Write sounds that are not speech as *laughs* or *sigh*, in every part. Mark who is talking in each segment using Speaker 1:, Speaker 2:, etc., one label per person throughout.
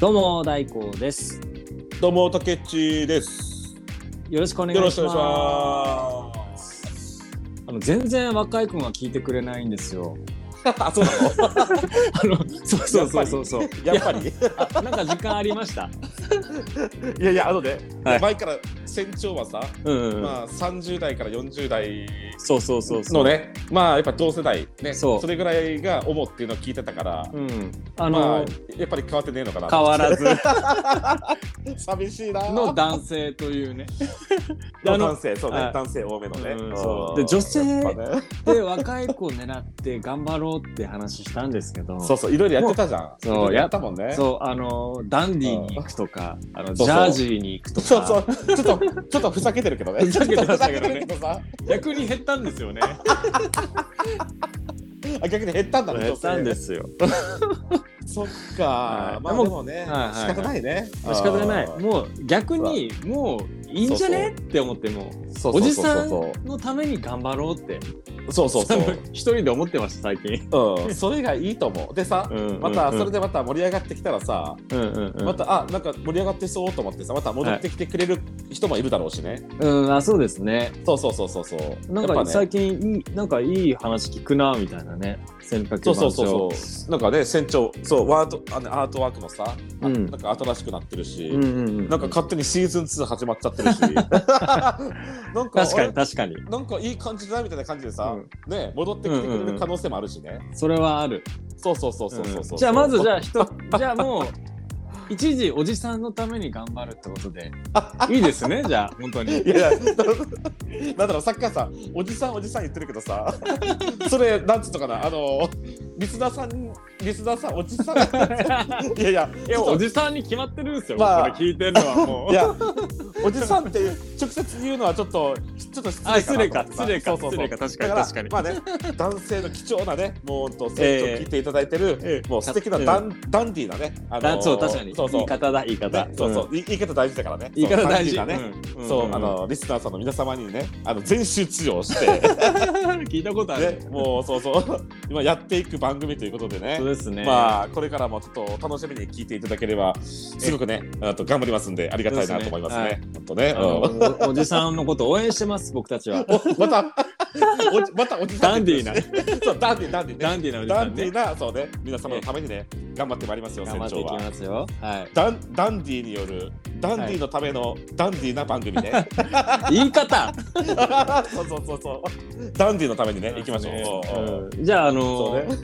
Speaker 1: どうも大光です。
Speaker 2: どうも、たけっちです。
Speaker 1: よろしくお願い
Speaker 2: よろし
Speaker 1: し
Speaker 2: くお願いし
Speaker 1: ま。
Speaker 2: ます
Speaker 1: あの全然若い君は聞いてくれないんですよ。
Speaker 2: *laughs* す。あ、そうなの
Speaker 1: *laughs* あのそうそうそうそうそう。
Speaker 2: やっぱり。
Speaker 1: あなんか時間ありました。
Speaker 2: いやいや、あのね、
Speaker 1: はい
Speaker 2: 前から船長はさ、
Speaker 1: うんうんうん。
Speaker 2: まあ、30代から40代
Speaker 1: そうそうそうそう。
Speaker 2: のね、まあ、やっぱ同世代、ね、
Speaker 1: そう
Speaker 2: れぐらいが主っていうのを聞いてたから、
Speaker 1: うん。あ
Speaker 2: ま
Speaker 1: の、
Speaker 2: あ、やっぱり変わってねえのかな。
Speaker 1: 変わらず
Speaker 2: 寂しいな。
Speaker 1: の男性という
Speaker 2: *laughs*
Speaker 1: ね。であ
Speaker 2: の
Speaker 1: の
Speaker 2: 男性、そう
Speaker 1: は
Speaker 2: ね
Speaker 1: い、
Speaker 2: 男性多めのね。
Speaker 1: うん
Speaker 2: ん
Speaker 1: そうで女性
Speaker 2: やっぱね
Speaker 1: で若い子を狙って頑張ろうって話したんですけど。
Speaker 2: そうそう、いろいろやってたじゃん。
Speaker 1: そう
Speaker 2: いろいろやったもんね。
Speaker 1: そうあのダンディーに行くとか、あの
Speaker 2: そうそう
Speaker 1: ジャージーに行くとか。
Speaker 2: そうそう、ちょっと、ちょっとふざけてるけどね。
Speaker 1: ふざけてましたけどね
Speaker 2: ちょっとふざるけどさ。
Speaker 1: 逆に減ったんですよね。
Speaker 2: あ逆に減ったんだね。。
Speaker 1: 減ったんですすよ。
Speaker 2: そっ
Speaker 1: は
Speaker 2: か
Speaker 1: い。
Speaker 2: まあ
Speaker 1: もう
Speaker 2: でもね、仕
Speaker 1: はいはい
Speaker 2: 方ないね。
Speaker 1: 仕方ない
Speaker 2: あー
Speaker 1: もう逆にもういいんじゃねって思っても
Speaker 2: そう
Speaker 1: お
Speaker 2: そう
Speaker 1: じ
Speaker 2: そう
Speaker 1: さん
Speaker 2: そう
Speaker 1: のために頑張ろうって
Speaker 2: そうそうそ
Speaker 1: 一人で思ってました最近、
Speaker 2: *laughs* う。うん、それがいいと思う。でさ、またそれでまた盛り上がってきたらさ、
Speaker 1: うんうんうん、
Speaker 2: またあなんか盛り上がってそうと思ってさ、また戻ってきてくれる人もいるだろうしね。
Speaker 1: うんあそうですね
Speaker 2: そうそうそうそうそう。
Speaker 1: なん
Speaker 2: やっ
Speaker 1: か
Speaker 2: ぱね
Speaker 1: 最近いいなんかいい話聞くなみたいなね洗濯
Speaker 2: そうそうそうそう。なんかね、船長、そうワードあのアートワークもさ、あ
Speaker 1: うん
Speaker 2: なんか新しくなってるし。
Speaker 1: うんうんうん
Speaker 2: なんか勝手にシーズン2始まっち
Speaker 1: *laughs*
Speaker 2: ゃってるしなんか
Speaker 1: 確か
Speaker 2: あれ
Speaker 1: に確かに、
Speaker 2: なんかいい感じだみたいな感じで
Speaker 1: う
Speaker 2: さ、
Speaker 1: ん
Speaker 2: ね戻ってきてくれる可能性もあるしね。
Speaker 1: それはある
Speaker 2: そうそうそうそうそうそ
Speaker 1: ん
Speaker 2: う。
Speaker 1: じゃあまずじ
Speaker 2: ゃ
Speaker 1: ゃあ人じゃあもう一時おじさんのために頑張るってこと
Speaker 2: *laughs*
Speaker 1: でいいですねじゃあ本当に *laughs*
Speaker 2: いや *laughs* いやだなんだろうサッカーさんおじさんおじさん言ってるけどさ *laughs* それなんつうのかなあのリスナーさんリスナーさんお
Speaker 1: *laughs*
Speaker 2: じさんいやいや
Speaker 1: いや
Speaker 2: ちょっと
Speaker 1: おじさんに決まってるんですよ、
Speaker 2: まあ
Speaker 1: これ聞いてるのはもう *laughs*
Speaker 2: いやおじさんって直接言うのはちょっとちょっと
Speaker 1: あ失
Speaker 2: 失
Speaker 1: 礼
Speaker 2: 礼
Speaker 1: か
Speaker 2: かな
Speaker 1: 失礼か
Speaker 2: そうそうそう
Speaker 1: 失礼か確かに
Speaker 2: だら
Speaker 1: 確かに
Speaker 2: まあね男性の貴重なねもう本当成長
Speaker 1: ええ
Speaker 2: 聞いていただいてる、
Speaker 1: ええ
Speaker 2: もう素敵なダン、ダンディーなねあ
Speaker 1: だそう確かに
Speaker 2: そうそ
Speaker 1: 言
Speaker 2: う
Speaker 1: い方だ言い方、
Speaker 2: ねそうそう、い言い方大事だからね。
Speaker 1: 言い方大事
Speaker 2: そうダンディーなね。
Speaker 1: うん
Speaker 2: そう、
Speaker 1: んん
Speaker 2: あのリスナーさんの皆様にね、あの全集治療 *laughs* して、
Speaker 1: *laughs* 聞いたことある、
Speaker 2: ね、もうそうそう、 *laughs* 今やっていく番組ということでね
Speaker 1: そう。ですね
Speaker 2: まあこれからもちょっと楽しみに聞いていただければすごくねあと頑張りますんでありがたいなと思いますね。本当ね
Speaker 1: あ。の
Speaker 2: うん
Speaker 1: おおじさんのこと応援してます僕たち *laughs* は
Speaker 2: おまた *laughs* おじまたおじさんって言ってますね。そうダンディーなダンディー
Speaker 1: ダ
Speaker 2: ね。
Speaker 1: ンディーなおじさんね
Speaker 2: ダンディーなそうね皆様のためにね頑張ってまいりますよ船
Speaker 1: 頑張って
Speaker 2: 長
Speaker 1: いき
Speaker 2: は。
Speaker 1: ますよはい
Speaker 2: ダンダンディーによるダンディーのためのダンディーな番組ね。
Speaker 1: 言い *laughs* 方
Speaker 2: *laughs* そうそうそうそう。ダンディのためにね、行きましょう。
Speaker 1: うんじゃああ
Speaker 2: そ
Speaker 1: の
Speaker 2: うね。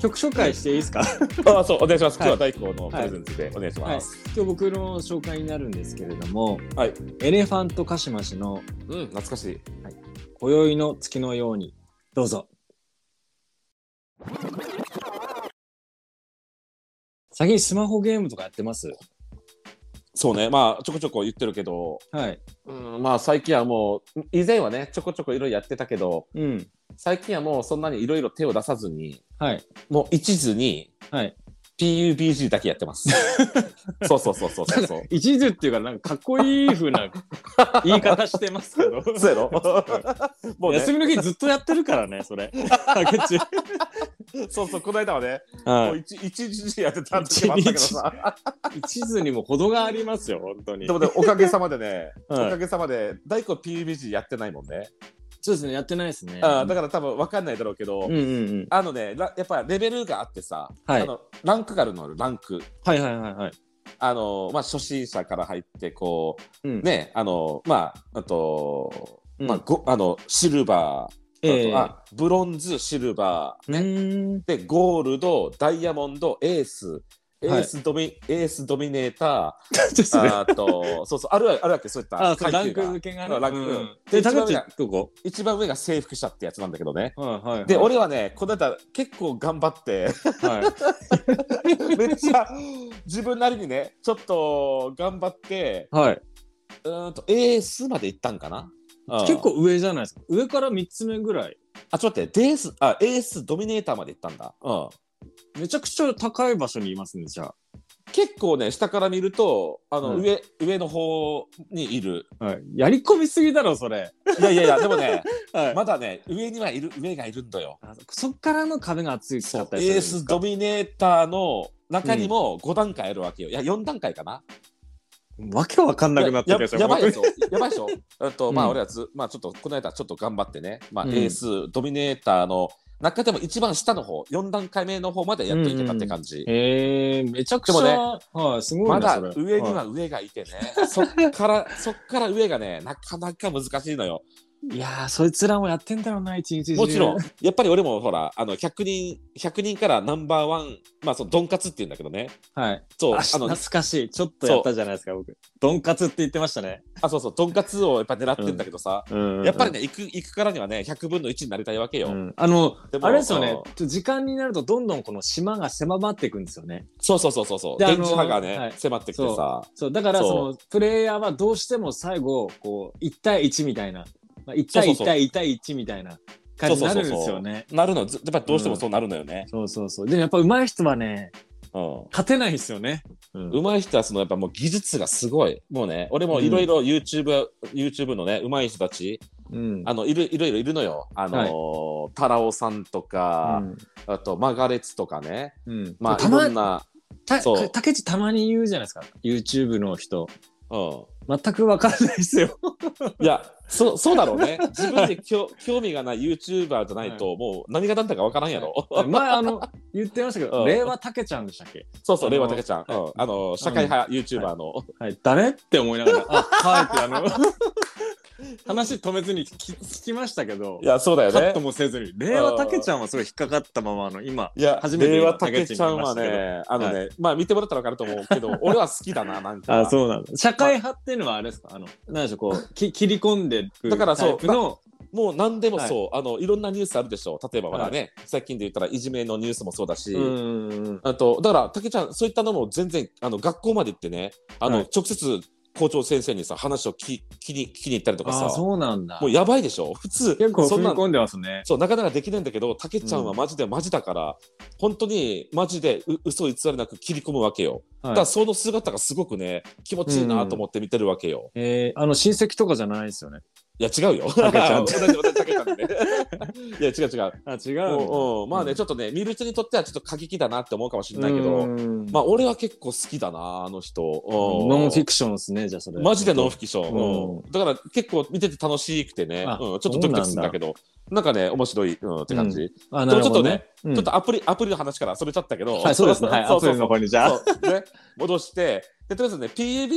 Speaker 1: 曲紹介していいですか、
Speaker 2: あ、そう、お願いします。
Speaker 1: はい
Speaker 2: 今日は大光のプレゼンツでお願いし
Speaker 1: はい
Speaker 2: ます。、
Speaker 1: 今日僕の紹介になるんですけれども、
Speaker 2: はい
Speaker 1: エレファントカシマシの
Speaker 2: うん、懐かしい。
Speaker 1: 「今宵の月のように」どうぞ最近スマホゲームとかやってます
Speaker 2: そうね、まあ、ちょこちょこ言ってるけど。
Speaker 1: はい
Speaker 2: うん、まあ、最近はもう、以前はね、ちょこちょこいろいろやってたけど。
Speaker 1: うん
Speaker 2: 最近はもう、そんなにいろいろ手を出さずに、
Speaker 1: はい
Speaker 2: もう一途に。
Speaker 1: はい。
Speaker 2: P. U. B. G. だけやって *laughs* ます。そうそうそうそうそうそう。
Speaker 1: 一途っていうかなんかかっこいい風 *laughs* な言い方してますけど
Speaker 2: そうやろもうね
Speaker 1: 休、みの日ずっとやってるからねそれ竹内
Speaker 2: そうそう、この間はね、もう
Speaker 1: は
Speaker 2: 一一日でやってた時もあったけどさ。
Speaker 1: い一途にも程がありますよ本当に
Speaker 2: でもね、おかげさまでね、
Speaker 1: はい
Speaker 2: おかげさまで、大根 PUBG やってないもんね。
Speaker 1: そうですねやってないですね
Speaker 2: あーだから多分分かんないだろうけど、
Speaker 1: うんうんうん
Speaker 2: あのね、らやっぱレベルがあってさ、
Speaker 1: はい
Speaker 2: あのランクがあるのよ、ランク。
Speaker 1: はいはいはいはい
Speaker 2: あのまあ、初心者から入って、こ
Speaker 1: う
Speaker 2: う、
Speaker 1: ん
Speaker 2: ね、あのまあ、あと、
Speaker 1: うん
Speaker 2: まあ、ごあのシルバー、
Speaker 1: ええ
Speaker 2: あとあブロンズ、シルバ
Speaker 1: うーん *laughs*
Speaker 2: ー、で、ゴールド、ダイヤモンド、エース。エ
Speaker 1: はい
Speaker 2: ースドミ、エースドミネータ
Speaker 1: ですね
Speaker 2: ー、あと、そうそう、あるわあるわけ、そういった
Speaker 1: あ、そうラン
Speaker 2: 階級
Speaker 1: ク
Speaker 2: が
Speaker 1: 付けが
Speaker 2: う
Speaker 1: ね。
Speaker 2: んランク
Speaker 1: うん
Speaker 2: で
Speaker 1: で、田口
Speaker 2: 一番
Speaker 1: どこ
Speaker 2: 一番上が征服者ってやつなんだけどね。
Speaker 1: はいはいはい。
Speaker 2: で、俺はね、この間結構頑張って、
Speaker 1: は
Speaker 2: *laughs* めっちゃ自分なりにね、ちょっと頑張って、
Speaker 1: い。 *laughs* はい。
Speaker 2: うーんと、エースまで行ったんかな。うん
Speaker 1: 結構、上じゃないですか。上から三つ目ぐらい。
Speaker 2: あ、ちょっと待って、デース、あ、エースドミネーターまで行ったんだ。うん。
Speaker 1: めちゃくちゃ高い場所にいますね、じゃあ。
Speaker 2: 結構ね、下から見ると、あの、
Speaker 1: うん
Speaker 2: 上、上の方にいる。
Speaker 1: はい。やり込みすぎだろ、それ。
Speaker 2: いやいやいや、でも
Speaker 1: *laughs*
Speaker 2: ね、
Speaker 1: はい。
Speaker 2: まだね、上にはいる、上がいるんだよ。
Speaker 1: あそっからの壁が厚いか
Speaker 2: そう
Speaker 1: っ、た
Speaker 2: エ
Speaker 1: りするんで
Speaker 2: ー
Speaker 1: す
Speaker 2: ス
Speaker 1: か
Speaker 2: ドミネーターの中にも5段階あるわけよ。いや、4段階かな。
Speaker 1: わけわかんなくなって
Speaker 2: や
Speaker 1: るでしょ
Speaker 2: やばいでし
Speaker 1: 本
Speaker 2: ょ。 *laughs* やばいでしょ。えっと、ま
Speaker 1: う
Speaker 2: あ、
Speaker 1: ん
Speaker 2: 俺らつ、まあ、ちょっと、この間、ちょっと頑張ってね。まあ、
Speaker 1: う
Speaker 2: エ
Speaker 1: ん
Speaker 2: ース、ドミネーターの中でも一番下の方、4段階目の方までやっといけたって感じ
Speaker 1: 当に。えー、めちゃくちゃ、
Speaker 2: で
Speaker 1: はい、すごいな
Speaker 2: まだ
Speaker 1: それ
Speaker 2: 上に
Speaker 1: は
Speaker 2: は上がいてね、 *laughs* そっから、そっから上がね、なかなか難しいのよ。
Speaker 1: い、いやーそいつらもやってんだろうな一日中
Speaker 2: もちろん、やっぱり俺もほら、あの、100人、100人からナンバーワン、まあ、その、ドンカツって言うんだけどね。
Speaker 1: はい
Speaker 2: そう、
Speaker 1: あ
Speaker 2: あの
Speaker 1: 懐、かしいちょっとやったじゃないですか僕ドンカツって言ってましたね
Speaker 2: あ、そうそう、ドンカツをやっぱ狙ってんだけどさ、や
Speaker 1: や
Speaker 2: っぱりね、行く、行くからにはね、100分の1になりたいわけよ。
Speaker 1: うんあの
Speaker 2: でも
Speaker 1: あれですよね
Speaker 2: う
Speaker 1: ちょ時間になるとどんどんこの島が狭まっていくんですよね
Speaker 2: そうそうそうそうそう。
Speaker 1: であの
Speaker 2: 電磁波がね、
Speaker 1: はい
Speaker 2: 迫ってきてさ。
Speaker 1: そうだからそ
Speaker 2: そ
Speaker 1: のプレイヤーはどうしても最後こう1対1みたいな、まあ、1対
Speaker 2: そう
Speaker 1: 1
Speaker 2: そうそう
Speaker 1: 対1対1みたいな感じになるんですよね
Speaker 2: なるの、ずやっぱりどうしてもそうなるのよね。
Speaker 1: そうそうそうでやっぱ上手い人はね
Speaker 2: うん。
Speaker 1: 勝てないですよね、うん
Speaker 2: 上手い人はそのやっぱもう技術がすごい。もうね、俺もいろいろ YouTube、YouTube のね、上手い人たち、
Speaker 1: うん
Speaker 2: あの、いる、いろいろいるのよ。あのー、太郎さんとか、あと、マガレツとかね。
Speaker 1: うん
Speaker 2: まあ、
Speaker 1: た
Speaker 2: い
Speaker 1: ま
Speaker 2: ろんな、
Speaker 1: た
Speaker 2: そう
Speaker 1: 竹内たまに言うじゃないですか YouTube の人
Speaker 2: うん。
Speaker 1: 全く分からないです
Speaker 2: *laughs*
Speaker 1: よ
Speaker 2: いや、そう、そうだろう
Speaker 1: *laughs*
Speaker 2: ね。自分できょ興味がない YouTuber じゃないと、もう何が何だかわからんやろ。
Speaker 1: 前あの言ってましたけ
Speaker 2: う
Speaker 1: ど
Speaker 2: ん
Speaker 1: 令和竹ちゃんでしたっけ
Speaker 2: そうそう、
Speaker 1: あの
Speaker 2: 令和たけちゃん。うんあの、社会派 YouTuber の。
Speaker 1: はい、誰って思いながら、あ、はいってあの、 *laughs* 話止めずに聞き聞きましたけど
Speaker 2: い、や、そうだよ
Speaker 1: カッ
Speaker 2: ね
Speaker 1: ト。もせずに、令和たけちゃんはすごい引っかかったまま、あの、今、
Speaker 2: いや、
Speaker 1: 初めて
Speaker 2: 令
Speaker 1: 今
Speaker 2: 和たけちゃんは
Speaker 1: 竹内に
Speaker 2: ね、あのね、まあ見てもらったらわかると思うけど、
Speaker 1: *laughs*
Speaker 2: 俺は好きだな、なんか。
Speaker 1: あ、そうなんだ。社会派っていうのはあれですかあの、なんでしょう、こう、き切り込んでく
Speaker 2: だからそう
Speaker 1: タイプの、
Speaker 2: もう何でもそう、い、あのいろんなニュースあるでしょ例えばまだね、最近で言ったらいじめのニュースもそうだし、
Speaker 1: うんうんうん。
Speaker 2: あとだからたけちゃんそういったのも全然あの学校まで行ってねあの、
Speaker 1: はい
Speaker 2: 直接校長先生にさ話を聞き聞きに聞きに行ったりとか
Speaker 1: あ、
Speaker 2: さ
Speaker 1: そうなんだ
Speaker 2: も。うやばいでしょ普通
Speaker 1: 結構
Speaker 2: そ
Speaker 1: 踏
Speaker 2: ん
Speaker 1: み
Speaker 2: な
Speaker 1: 込んでますね。
Speaker 2: そうなかなかできないんだけどたけちゃんはマジでマジだから、本当にマジでう嘘偽りなく切り込むわけよ、
Speaker 1: はい
Speaker 2: だからその姿がすごくね気持ちいいなと思って見てるわけよ、
Speaker 1: えー、あの、親戚とかじゃないですよね。
Speaker 2: いや違
Speaker 1: *laughs*
Speaker 2: うよ
Speaker 1: たけちゃん
Speaker 2: *laughs* 同じ同じたけちゃんでねいや違う違う
Speaker 1: あ、違う
Speaker 2: うんうん、まあね、
Speaker 1: うん
Speaker 2: ちょっとね見る人にとってはちょっと過激だなって思うかもしれ
Speaker 1: ん
Speaker 2: ないけど、
Speaker 1: うん
Speaker 2: まあ俺は結構好きだなあの人、うん
Speaker 1: ノンフィクションですね、じゃあそれ。
Speaker 2: マジでノンフィクション、
Speaker 1: うん
Speaker 2: うんだから結構見てて楽しくてね、うん、ち
Speaker 1: あ
Speaker 2: ょっとドキドキするんだけどなんかね面白い、うん、って感じ、
Speaker 1: あ、なるほど
Speaker 2: ちょっ
Speaker 1: ね。ち
Speaker 2: ちょっとアプリアプリの話からそれちゃったけど、
Speaker 1: はい、そうですね。はい、
Speaker 2: そうそう
Speaker 1: アプリ
Speaker 2: そう
Speaker 1: の方にじゃあ。
Speaker 2: そう *laughs* ね、戻してでとりあえずね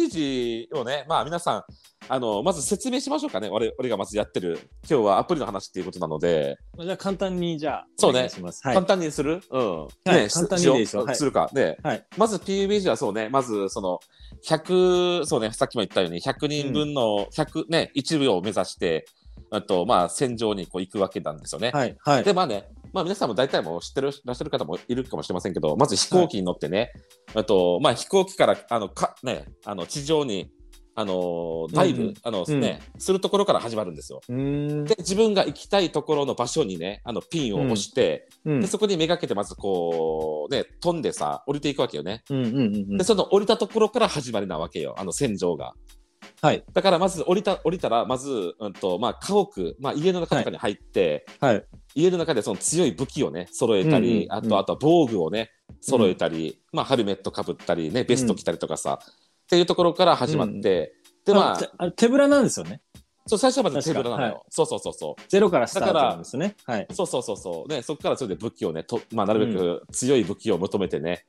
Speaker 2: PUBG をねまあ皆さんあのまず説明しましょうかね俺俺がまずやってる今日はアプリの話っていうことなので、
Speaker 1: まあじゃあ簡単にじゃあ
Speaker 2: そう
Speaker 1: お
Speaker 2: ね
Speaker 1: 願いします。はい。
Speaker 2: 簡単にする、うん
Speaker 1: い
Speaker 2: ね
Speaker 1: 簡単に
Speaker 2: しよう
Speaker 1: でいいですよはい
Speaker 2: するか。で、
Speaker 1: はい
Speaker 2: まず PUBG はそうね、まずその、100、そうね、さっきも言ったように、100人分の100、ね、1秒を目指して、あと、まあ、戦場にこう行くわけなんですよね。
Speaker 1: はいはい。
Speaker 2: で、まあね、まあ皆さんも大体もう知ってる、らっしゃる方もいるかもしれませんけど、まず飛行機に乗ってね、あと、まあ飛行機から、あの、か、ね、あの、地上に、あのーダイブ、
Speaker 1: うんうん
Speaker 2: あの、
Speaker 1: うん
Speaker 2: ね、するところから始まるんですよ。
Speaker 1: うーん
Speaker 2: で、自分が行きたいところの場所にね、あの、ピンを押して、
Speaker 1: うん
Speaker 2: でそこにめがけてまずこうね飛んでさ降りていくわけよね。
Speaker 1: うんうんうんうん
Speaker 2: でその降りたところから始まりなわけよあの戦場が。
Speaker 1: はい
Speaker 2: だからまず降りた降りたらまず、うんとまあ、家屋、まあ、家の中とかに入って、
Speaker 1: はい
Speaker 2: 家の中でその強い武器をね揃えたり、
Speaker 1: うんうんうん
Speaker 2: あとあとは防具をね揃えたり、まあ、ヘルメットかぶったりねベスト着たりとかさ、っていうところから始まって、
Speaker 1: うん
Speaker 2: で
Speaker 1: あ
Speaker 2: ま
Speaker 1: て
Speaker 2: あ
Speaker 1: あれ手ぶらなんですよね。
Speaker 2: そう最初はまず手ぶらなのよ、
Speaker 1: 確かは
Speaker 2: そうそうそうそう
Speaker 1: ゼロからスタートなんですね。はい。
Speaker 2: そうそうそうそう。ね、そこからそれで武器をね、とまあ、なるべく強い武器を求めてね、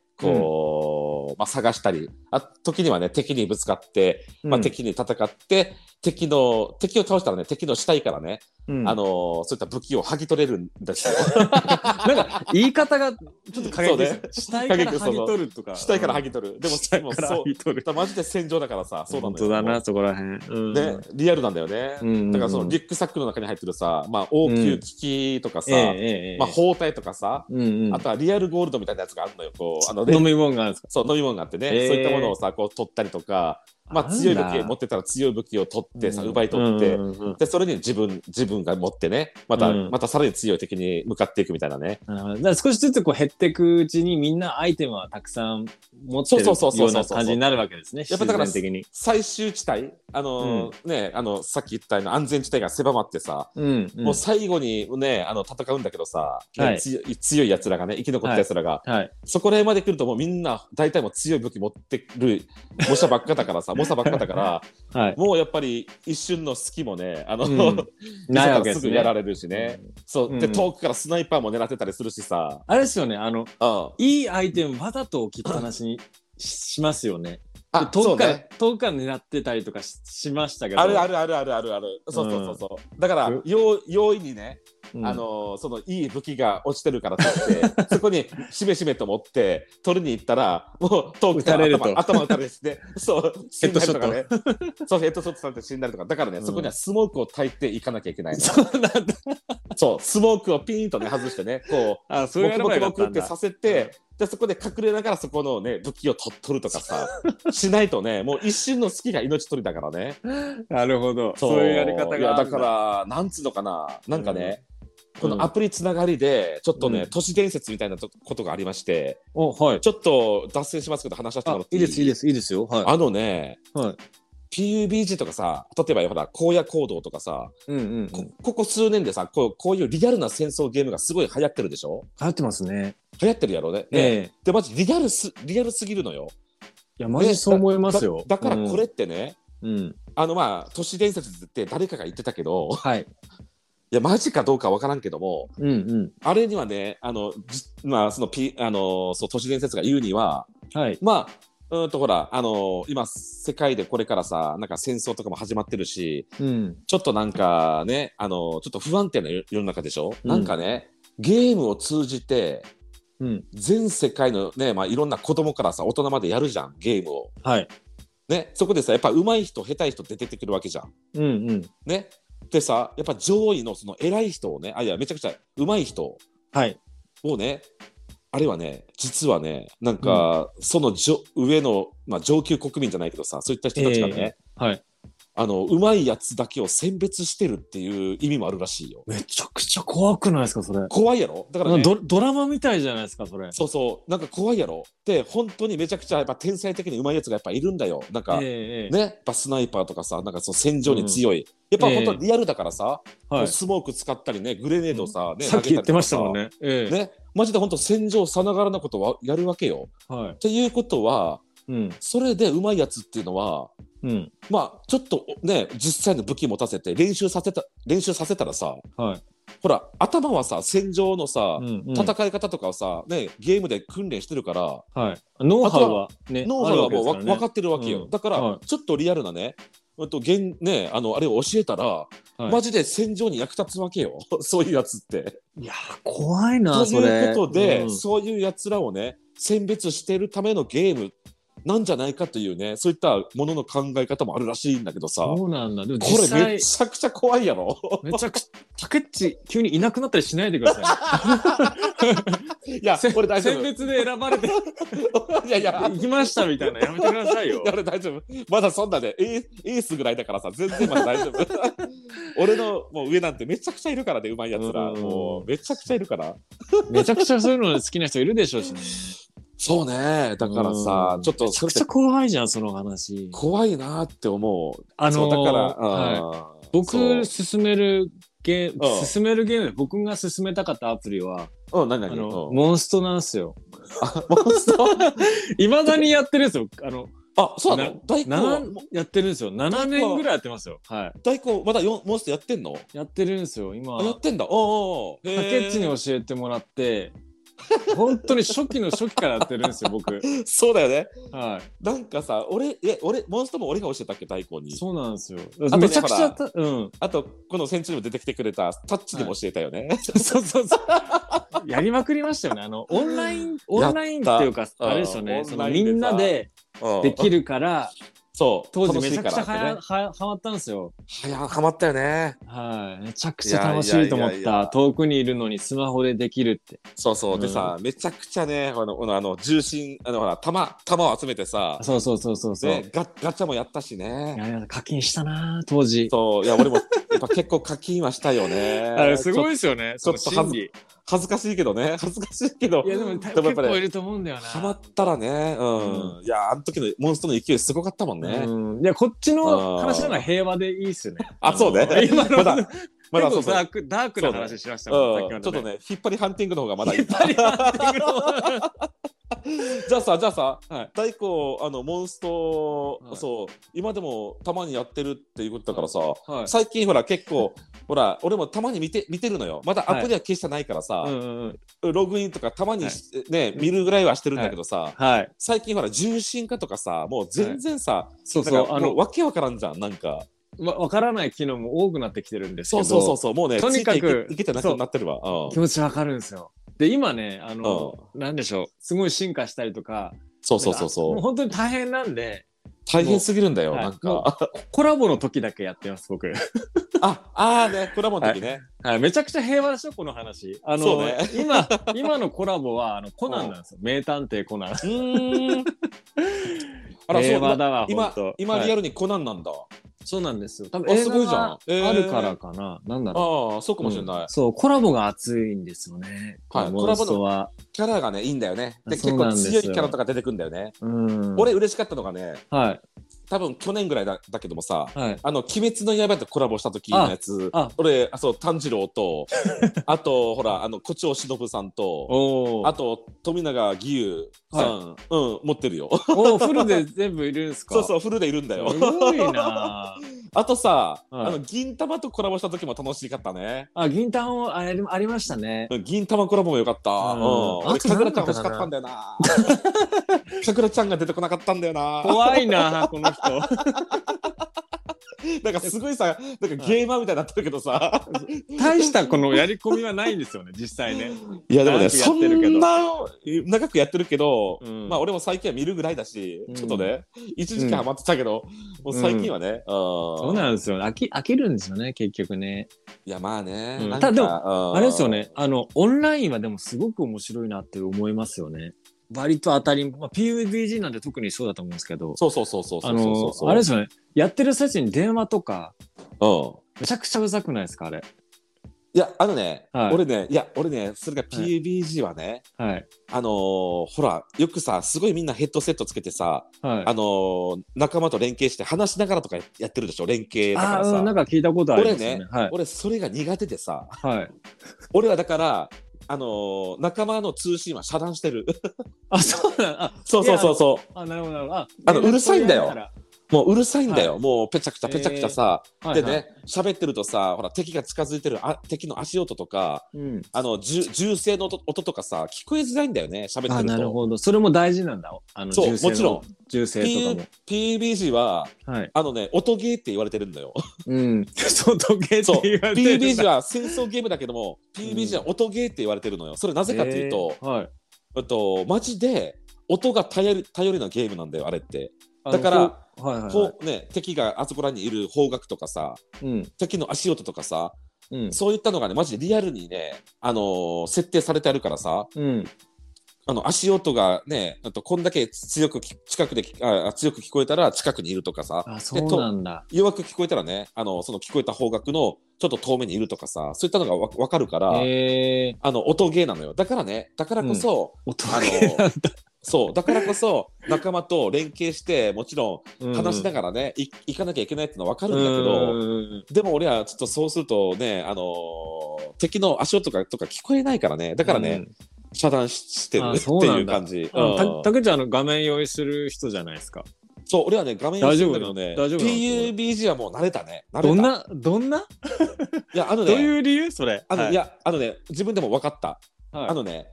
Speaker 2: こう、まあ、探したり、あ時にはね、敵にぶつかって、まあ、
Speaker 1: うん
Speaker 2: 敵に戦って、敵の、敵を倒したらね、敵の死体からね、
Speaker 1: うん
Speaker 2: あのーそういった武器を剥ぎ取れるんです
Speaker 1: *laughs*
Speaker 2: よ。
Speaker 1: なんか言い方がちょっと過激です
Speaker 2: そうね
Speaker 1: 死体から剥ぎ取ると
Speaker 2: *laughs*
Speaker 1: か。
Speaker 2: 死体から剥
Speaker 1: ぎ
Speaker 2: ぎ取る。でも、
Speaker 1: 死体
Speaker 2: でも
Speaker 1: から
Speaker 2: そ
Speaker 1: 剥
Speaker 2: う。
Speaker 1: ぎ取る。
Speaker 2: だからマジで戦場だからさ、そうな
Speaker 1: 本
Speaker 2: んだ
Speaker 1: 当
Speaker 2: よ。
Speaker 1: だな、そこら辺。うん
Speaker 2: ね、リアルなんだよね。
Speaker 1: うん
Speaker 2: だからそのリュックサックの中に入ってるさ、まあ、応急機器とかさ、
Speaker 1: ええええええ
Speaker 2: まあ、包帯とかさ、
Speaker 1: うんうん
Speaker 2: あとはリアルゴールドみたいなやつがあるのよ。こう、あの、
Speaker 1: 飲み物があるんですか
Speaker 2: そう飲み物があってね、
Speaker 1: へー
Speaker 2: そういったものをさこう取ったりとかまあ、強い武器を持ってたら強い武器を取ってさ、奪い取って、
Speaker 1: うんうんうん
Speaker 2: でそれに自分自分が持ってねまた、
Speaker 1: うん
Speaker 2: またさらに強い敵に向かっていくみたいなね
Speaker 1: なるほどだから少しずつこう減っていくうちにみんなアイテムはたくさん持ってる
Speaker 2: そうそうそうそうそう
Speaker 1: ような感じになるわけですね。
Speaker 2: やっぱだから
Speaker 1: 必然的に。
Speaker 2: 最終地帯あのー、ねあのさっき言ったような安全地帯が狭まってさ、
Speaker 1: うん、
Speaker 2: もう最後にねあの戦うんだけどさ、ね
Speaker 1: はい
Speaker 2: 強い強いやつらがね生き残ったやつらが、
Speaker 1: はい。
Speaker 2: そこら辺まで来るともうみんな大体もう強い武器持ってる模写ばっか
Speaker 1: *laughs*
Speaker 2: だからさ模写ばっかだから
Speaker 1: はい。
Speaker 2: もうやっぱり一瞬の隙もねあの、
Speaker 1: うん
Speaker 2: *laughs* 自
Speaker 1: ないわ
Speaker 2: ら
Speaker 1: けですす
Speaker 2: ぐやら
Speaker 1: ね。
Speaker 2: れるしね、そう
Speaker 1: う
Speaker 2: で
Speaker 1: ん
Speaker 2: 遠くからスナイパーも狙ってたりするしさ、
Speaker 1: あれですよね。あの、
Speaker 2: うん、
Speaker 1: いいアイテムわざと置きっぱなしにししますよね。で
Speaker 2: あ
Speaker 1: 遠
Speaker 2: そう
Speaker 1: くから、
Speaker 2: ね
Speaker 1: 遠くから狙ってたりとかししましたけど。
Speaker 2: あるあるあるあるあるあるそうそうそうそう、だから
Speaker 1: うん
Speaker 2: 容容易にね、
Speaker 1: うん
Speaker 2: あのそのいい武器が落ちてるからと
Speaker 1: *laughs*
Speaker 2: いってそこにしめしめと持って取りに行ったらもう遠くか
Speaker 1: 撃た
Speaker 2: ら
Speaker 1: れる
Speaker 2: 頭
Speaker 1: と
Speaker 2: 頭打たれしてそう死んだりとか
Speaker 1: ヘ
Speaker 2: ねそうヘッドショットされて死んだりとかだからね、
Speaker 1: うん
Speaker 2: そこにはスモークを焚いていかなきゃいけないの
Speaker 1: そうなんだ。
Speaker 2: そうスモークをピーンとね外してねこう
Speaker 1: あ、そう
Speaker 2: ボ
Speaker 1: や
Speaker 2: ク
Speaker 1: れ
Speaker 2: ボ
Speaker 1: ば
Speaker 2: ク
Speaker 1: よか
Speaker 2: ボ
Speaker 1: った
Speaker 2: クっ
Speaker 1: ん
Speaker 2: て
Speaker 1: だ
Speaker 2: させて、でそこで隠れながらそこのね武器を取っとるとか
Speaker 1: *laughs*
Speaker 2: さしないとねもう一瞬の好きが命取りだからね
Speaker 1: なるほど。そういうやり方があるん
Speaker 2: いやだからなんつうのかななんかね、
Speaker 1: ん
Speaker 2: このアプリつながりでちょっとね、
Speaker 1: うん
Speaker 2: 都市伝説みたいなとことがありまして
Speaker 1: お、はい。
Speaker 2: ちょっと脱線しますけど話しさせても
Speaker 1: あ
Speaker 2: らっ、て
Speaker 1: い
Speaker 2: い
Speaker 1: いです、いいです、いいですよ。は
Speaker 2: あのね
Speaker 1: い。はい。
Speaker 2: PUBG とかさ例えばほら荒野行動とかさ、
Speaker 1: うんうん。
Speaker 2: こここ数年でさこうこういうリアルな戦争ゲームがすごい流行ってるでしょ
Speaker 1: 流行ってますね。
Speaker 2: 流行ってるやろねね、
Speaker 1: ええ。
Speaker 2: でマジリアルすリアルすぎるのよ
Speaker 1: いや、マジそう思いますよ。
Speaker 2: だだからこれ
Speaker 1: う
Speaker 2: ってね、
Speaker 1: ん。うん。
Speaker 2: あのまあ都市伝説って誰かが言ってたけど
Speaker 1: はい。
Speaker 2: いやマジかどうかわからんけども
Speaker 1: うんうん。
Speaker 2: あれにはねあのじまあそのピあのそう都市伝説が言うには
Speaker 1: はい。
Speaker 2: まあうーんとほらあの今世界でこれからさなんか戦争とかも始まってるし
Speaker 1: うん。
Speaker 2: ちょっとなんかねあのちょっと不安定な世世の中でしょ、
Speaker 1: うん
Speaker 2: なんかねゲームを通じて
Speaker 1: うん。
Speaker 2: 全世界のねまあいろんな子供からさ大人までやるじゃんゲームを
Speaker 1: はい。
Speaker 2: ねそこでさやっぱ上手い人下手い人って出てくるわけじゃん
Speaker 1: うんうん。
Speaker 2: ね。でさ、やっぱ上位のその偉い人をね、あ、いや、めちゃくちゃ上手い人
Speaker 1: はい。
Speaker 2: をね、あれはね、実はね、なんか、そのじょ上の、まあ、上級国民じゃないけどさ、そういった人たちがね、
Speaker 1: はい。
Speaker 2: あの上手いやつだけを選別してるっていう意味もあるらしいよ。
Speaker 1: めちゃくちゃ怖くないですか、それ。
Speaker 2: 怖いやろだから、ね、
Speaker 1: ドドラマみたいじゃないですか、それ。
Speaker 2: そうそう、なんか怖いやろで、本当にめちゃくちゃやっぱ天才的に上手いやつがやっぱいるんだよ。なんか、
Speaker 1: ええ。
Speaker 2: ね、やっぱスナイパーとかさ、なんかその戦場に強い。やっぱ本当リアルだからさ、
Speaker 1: はい。
Speaker 2: スモーク使ったりね、グレネードさ、ね、
Speaker 1: さっき言ってました
Speaker 2: 投げりとかさ
Speaker 1: もんね。ええ。
Speaker 2: ね、マジで本当戦場さながらのことはやるわけよ。
Speaker 1: はい。
Speaker 2: っていうことは
Speaker 1: うん。
Speaker 2: それでうまいやつっていうのは
Speaker 1: うん。
Speaker 2: まあちょっとね実際の武器持たせて練習させた練習させたらさ
Speaker 1: はい。
Speaker 2: ほら頭はさ戦場のさ、
Speaker 1: うんうん
Speaker 2: 戦い方とかをさ、ね、ゲームで訓練してるから
Speaker 1: はい。ノウハウはね。
Speaker 2: 脳波はもうわ、分か
Speaker 1: っ
Speaker 2: ってるわけよ、
Speaker 1: うん
Speaker 2: だから、
Speaker 1: は
Speaker 2: ちょっとリアルなねうんと現ねあのあれを教えたら、
Speaker 1: い
Speaker 2: マジで戦場に役立つわけよ *laughs* そういうやつって。
Speaker 1: いやー、怖いな、
Speaker 2: と
Speaker 1: それ。
Speaker 2: いうことで、
Speaker 1: うん
Speaker 2: そういうやつらをね選別しているためのゲームなんじゃないかというねそういったものの考え方もあるらしいんだけどさこ
Speaker 1: そうなんだ。でも実
Speaker 2: れ
Speaker 1: 際
Speaker 2: め、ちゃくちゃ怖いや *laughs* ろ
Speaker 1: *laughs* めちゃくちゃ、竹っち、急にいなくなったりしないでくださ
Speaker 2: い
Speaker 1: *laughs*
Speaker 2: や
Speaker 1: い。
Speaker 2: 俺大丈
Speaker 1: 選
Speaker 2: 夫
Speaker 1: 別で選ばれて、
Speaker 2: いやいや
Speaker 1: 行きましたみたいな、やめてくださいよ。
Speaker 2: 俺大丈夫まだそんなで、エーエースぐらいだからさ全然まだ大丈 *laughs* 夫俺のもう上なんてめちゃくちゃいるからねうまいやつら
Speaker 1: うん
Speaker 2: もうめちゃくちゃいるから
Speaker 1: *laughs* めちゃくちゃそういうの好きな人いるでしょうしね。
Speaker 2: そうねだから
Speaker 1: う
Speaker 2: さ
Speaker 1: ん
Speaker 2: ちょっと
Speaker 1: めち
Speaker 2: そ
Speaker 1: ゃく
Speaker 2: れ
Speaker 1: ち
Speaker 2: って
Speaker 1: ゃ怖いじゃん、その話。
Speaker 2: 怖いなって思う
Speaker 1: あのー
Speaker 2: そうだから、
Speaker 1: はい
Speaker 2: うん
Speaker 1: 僕、進めるゲー
Speaker 2: うん
Speaker 1: ム、進めるゲームで僕が進めたかったアプリは、
Speaker 2: そううん何
Speaker 1: あ
Speaker 2: 何
Speaker 1: の、
Speaker 2: うん
Speaker 1: モンストなんですよ。
Speaker 2: モンス
Speaker 1: *laughs*
Speaker 2: ト
Speaker 1: いまだにやってるんですよ。あの、
Speaker 2: あ、そうな
Speaker 1: な
Speaker 2: の大根は
Speaker 1: 7、やってるんですよ。7年ぐらいやってますよ。は
Speaker 2: 大根、まだよモンストやってんの
Speaker 1: い。やってるんですよ、今
Speaker 2: あ、。やってんだ。おうおうおう。
Speaker 1: 竹内に
Speaker 2: へ
Speaker 1: 教えてもらって、本当に初期の初期からやってるんですよ、僕。
Speaker 2: ーそうだよね。
Speaker 1: は
Speaker 2: なんかさ、俺、え、俺、モンストも俺が教えたっけ、大根
Speaker 1: い。
Speaker 2: に。
Speaker 1: そうなんですよ。
Speaker 2: ね
Speaker 1: めちゃくちゃやった、うん。
Speaker 2: あと、この戦中にも出てきてくれたタッチにも教えたよね。
Speaker 1: そうそうそう。やりまくりましたよね。あ *laughs* の、オンライン、オンラインっていうか、
Speaker 2: た
Speaker 1: あれですよね。
Speaker 2: うん
Speaker 1: その
Speaker 2: オンラインで
Speaker 1: み
Speaker 2: さ
Speaker 1: んなででき
Speaker 2: る。
Speaker 1: るから、
Speaker 2: そう
Speaker 1: 当時めちゃくちゃ
Speaker 2: 楽しいか
Speaker 1: は
Speaker 2: ら
Speaker 1: や、
Speaker 2: ってね
Speaker 1: ははまったんですよ。
Speaker 2: はやはまったよね
Speaker 1: はい、めちゃくちゃ楽しいと思っ
Speaker 2: いやいやいやいや
Speaker 1: た。遠くにいるのにスマホでできるって。
Speaker 2: そうそう、でさめちゃくちゃねあのあのあの重心あのほら弾弾を集めてさ
Speaker 1: そうそうそうそうそう。
Speaker 2: ねガガチャもやったしね
Speaker 1: いや課金したな当時。
Speaker 2: そういや俺もやっぱ結構課金はしたよね
Speaker 1: *laughs* あれすごい
Speaker 2: い
Speaker 1: ですよね。
Speaker 2: ちょちょっと
Speaker 1: その心理
Speaker 2: 恥ずかしいけどね *laughs* 恥ずかしいけど
Speaker 1: いやでも
Speaker 2: でもや
Speaker 1: 結
Speaker 2: っぱり
Speaker 1: 構いると思うんだよな。
Speaker 2: ハマったらね、うん、いや、あの時のモンストの勢いすごかったもんね。
Speaker 1: うん、いやこっちの話の方が平和でいいっ *laughs* すね。
Speaker 2: あ、そうね。
Speaker 1: 今の
Speaker 2: まだ、まだ
Speaker 1: 結
Speaker 2: そう
Speaker 1: 構
Speaker 2: そう。
Speaker 1: ダ
Speaker 2: う
Speaker 1: ー
Speaker 2: ん
Speaker 1: クダークな話しまし
Speaker 2: ち
Speaker 1: たもん、さっき
Speaker 2: ょ
Speaker 1: ま
Speaker 2: っと
Speaker 1: でね。
Speaker 2: ね、引っ張りハンティングの方がまだいい。
Speaker 1: 引っ張り合っていくの
Speaker 2: *laughs* じゃあさ、じゃあさ、
Speaker 1: はい
Speaker 2: 大工、あの、モンスト、
Speaker 1: はい
Speaker 2: そう、今でもたまにやってるっていうことだからさ、
Speaker 1: はい
Speaker 2: 最近ほら、結構、ほら、俺もたまに見て見てるのよ。まだアプリは消してないからさ、
Speaker 1: うんうんうん
Speaker 2: ログインとかたまに、
Speaker 1: はい
Speaker 2: ね、見るぐらいはしてるんだけどさ、
Speaker 1: はい。
Speaker 2: 最近ほら、重心化とかさ、もう全然さ、
Speaker 1: そう
Speaker 2: な
Speaker 1: そ
Speaker 2: ん
Speaker 1: う
Speaker 2: か
Speaker 1: あ
Speaker 2: も
Speaker 1: の
Speaker 2: うわけわからんじゃん、なんか。
Speaker 1: わわからない機能も多くなってきてるんですけ
Speaker 2: そう
Speaker 1: ど。
Speaker 2: そうそうそう、もうね、
Speaker 1: とにかく
Speaker 2: ついていけいけてなくなってるわ。うん
Speaker 1: 気持ちわかるんですよ。で今ねあの、なんでしょうすごい進化したりとか
Speaker 2: そうそうそ
Speaker 1: なんか
Speaker 2: う
Speaker 1: も
Speaker 2: そう
Speaker 1: う。本当に大変なんで
Speaker 2: 大変すぎるんだよ、
Speaker 1: はい
Speaker 2: なん
Speaker 1: も
Speaker 2: か。
Speaker 1: コラボの時だけやってます
Speaker 2: *laughs*
Speaker 1: 僕。
Speaker 2: あ、あーね、コラボの時ね。
Speaker 1: はい、めちゃくちゃ平和でしょこの話。あの
Speaker 2: そうね
Speaker 1: 今今のコラボはあのコナンなんですよ名探偵コナン。*laughs*
Speaker 2: うーん。あら、そう
Speaker 1: 平和
Speaker 2: 今
Speaker 1: だわ
Speaker 2: 今
Speaker 1: 本当。
Speaker 2: 今
Speaker 1: はい
Speaker 2: リアルにコナンなんだ。
Speaker 1: そうなんですよ。多
Speaker 2: あ
Speaker 1: 分
Speaker 2: す
Speaker 1: す
Speaker 2: ご
Speaker 1: ごい
Speaker 2: いじ
Speaker 1: じ
Speaker 2: ゃ
Speaker 1: ゃ
Speaker 2: ん
Speaker 1: ん。
Speaker 2: えー
Speaker 1: あるからかな。なんだろう。
Speaker 2: ああ、そうかもしれない
Speaker 1: うん。そうコラボが熱いんですよね。
Speaker 2: はい
Speaker 1: モンストは。
Speaker 2: キャラがね、いいんだよね。で、
Speaker 1: そ
Speaker 2: 結
Speaker 1: うな
Speaker 2: 構
Speaker 1: んですよ
Speaker 2: 強いキャラとか出てくんだよね。
Speaker 1: うん。
Speaker 2: 俺、嬉しかったのがね、
Speaker 1: はい
Speaker 2: 多分去年ぐらいだだけどもさ、
Speaker 1: はい。
Speaker 2: あの、鬼滅の刃とコラボした時のやつ
Speaker 1: ああ、
Speaker 2: 俺、あそう、炭治
Speaker 1: *laughs*
Speaker 2: 郎と、あと、ほら、あの、胡蝶忍さんと、
Speaker 1: お
Speaker 2: あ
Speaker 1: ー
Speaker 2: と富永義勇さん、うん持ってるよ。
Speaker 1: おーフルで全部いるんですか。
Speaker 2: そうそうフルでいるんだよ
Speaker 1: す。ごいなぁ。
Speaker 2: あとさ、
Speaker 1: はい
Speaker 2: あの銀玉とコラボした時も楽しかったね。
Speaker 1: あ銀玉もあれありましたね。
Speaker 2: うん銀玉コラボもよかった。
Speaker 1: うん
Speaker 2: うん。
Speaker 1: あ
Speaker 2: 俺
Speaker 1: と
Speaker 2: かぐらちゃん
Speaker 1: なんだ
Speaker 2: 欲
Speaker 1: った
Speaker 2: し
Speaker 1: か
Speaker 2: か
Speaker 1: な
Speaker 2: ったんだよな。かぐらちゃんが出てこなかったんだよな。
Speaker 1: 怖いなぁこの人。
Speaker 2: *laughs* なんかすごいさ、なんかゲーマーみたいになってるけどさ。
Speaker 1: 大したこのやり込みはないんですよね実際ね。
Speaker 2: いやでもね、
Speaker 1: 長くや
Speaker 2: そ
Speaker 1: ってるけど
Speaker 2: んな長くやってるけど、
Speaker 1: うん
Speaker 2: まあ俺も最近は見るぐらいだし、
Speaker 1: うん
Speaker 2: ちょっとね、一時期ハマってたけど、もう最近はね、うん
Speaker 1: そうなんですよね。飽き飽きるんですよね結局ね。
Speaker 2: いやまあね、
Speaker 1: うん
Speaker 2: なんか
Speaker 1: ただでも
Speaker 2: うん
Speaker 1: あれですよね。あの、オンラインはでもすごく面白いなって思いますよね。割と当たり、まあ、PUBG なんて特にそうだと思うんですけど、
Speaker 2: そうそうそうそうそ
Speaker 1: あ
Speaker 2: うそ
Speaker 1: の
Speaker 2: うそ、う。。
Speaker 1: あれですすよね。やってる最中に電話とか、
Speaker 2: うん。
Speaker 1: めちゃくちゃうざくないですか、あれ。
Speaker 2: いや、あのね、
Speaker 1: はい
Speaker 2: 俺ね、いや、俺ね、それが PUBG はね、
Speaker 1: はい。
Speaker 2: あのーほら、よくさ、すごいみんなヘッドセットつけてさ、
Speaker 1: はい。
Speaker 2: あのー仲間と連携して話しながらとかややってるでしょ、連携だか
Speaker 1: あー、
Speaker 2: らさ。
Speaker 1: うん、なんか聞いたことあり
Speaker 2: 俺
Speaker 1: ますよ
Speaker 2: ね
Speaker 1: ね。、はい。
Speaker 2: 俺、それが苦手でさ、 *laughs*
Speaker 1: はい。
Speaker 2: 俺はだから、あのー仲間の通信は遮
Speaker 1: *laughs*
Speaker 2: 断してる。
Speaker 1: あ、そうなんあ、
Speaker 2: そうそうそうそ
Speaker 1: あ、なるほど、なるほど。あ、
Speaker 2: あのうるさいんだよ
Speaker 1: 連絡取り合いか
Speaker 2: う。もううるさいんだよ、もうぺちゃくちゃぺちゃくちゃさ。
Speaker 1: ら
Speaker 2: で。ね、喋ってるとさ、ほら、敵が近づいてるあ敵の足音とか、
Speaker 1: はいはいうん。
Speaker 2: あの銃銃声の音音とかさ聞こえづらいんだよね喋っ
Speaker 1: あ、
Speaker 2: てる
Speaker 1: なる
Speaker 2: と。
Speaker 1: ほど。それも大事なんだ。あの、
Speaker 2: そう
Speaker 1: 銃声の
Speaker 2: もちろん。
Speaker 1: 銃声とか
Speaker 2: PUBG は
Speaker 1: も。はい。
Speaker 2: あのね音ゲーって言われてるん
Speaker 1: *laughs*
Speaker 2: だよ。
Speaker 1: うん。外系って
Speaker 2: そう
Speaker 1: 言われてるんだ。
Speaker 2: PUBG は戦争ゲームだけども PUBG は音ゲーって言われてるのよ。それなぜかっていうと、
Speaker 1: えーはい。
Speaker 2: えっとマジで音が頼り頼りなゲームなんだよあれって。
Speaker 1: あの
Speaker 2: だから、
Speaker 1: こうはいはいはい
Speaker 2: こうね敵があそこらにいる方角とかさ
Speaker 1: うん
Speaker 2: 敵の足音とかさ
Speaker 1: うん
Speaker 2: そういったのがねマジでリアルにねあのー設定されてあるからさ
Speaker 1: うん
Speaker 2: あの足音がね、あとこんだけ強くき近くできあ強く聞こえたら近くにいるとかさ、
Speaker 1: あそうなんだ
Speaker 2: 弱く聞こえたらね、あのその聞こえた方角のちょっと遠目にいるとかさ、そういったのがわわかるから、
Speaker 1: へえ
Speaker 2: あの音ゲーなのよ。だからね、だからこそ、
Speaker 1: 音
Speaker 2: あ
Speaker 1: が
Speaker 2: のそう、だからこそ仲間と連携して、もちろん話しな
Speaker 1: が
Speaker 2: がらね、い行かなきゃいけないってのはわか
Speaker 1: あ
Speaker 2: るんだけど、
Speaker 1: ど
Speaker 2: でも俺はちょっとそうするとね、あのー敵の足音とかとか聞こえないからね、だからね、遮断ししてる
Speaker 1: あ
Speaker 2: って
Speaker 1: そうない
Speaker 2: うん
Speaker 1: だ
Speaker 2: 感じ。うん
Speaker 1: たたけちゃんあの画面用意する人じゃないですか
Speaker 2: そう、俺はね、画面
Speaker 1: 大丈夫
Speaker 2: だけどね、
Speaker 1: 大丈夫なの
Speaker 2: PUBG はもう慣れたね。慣れた
Speaker 1: どんなどんない
Speaker 2: や、あの
Speaker 1: どう
Speaker 2: ね、
Speaker 1: いう理由それ
Speaker 2: あの、、
Speaker 1: はい
Speaker 2: や、あのね、自分でも分かった。
Speaker 1: はい
Speaker 2: あのね、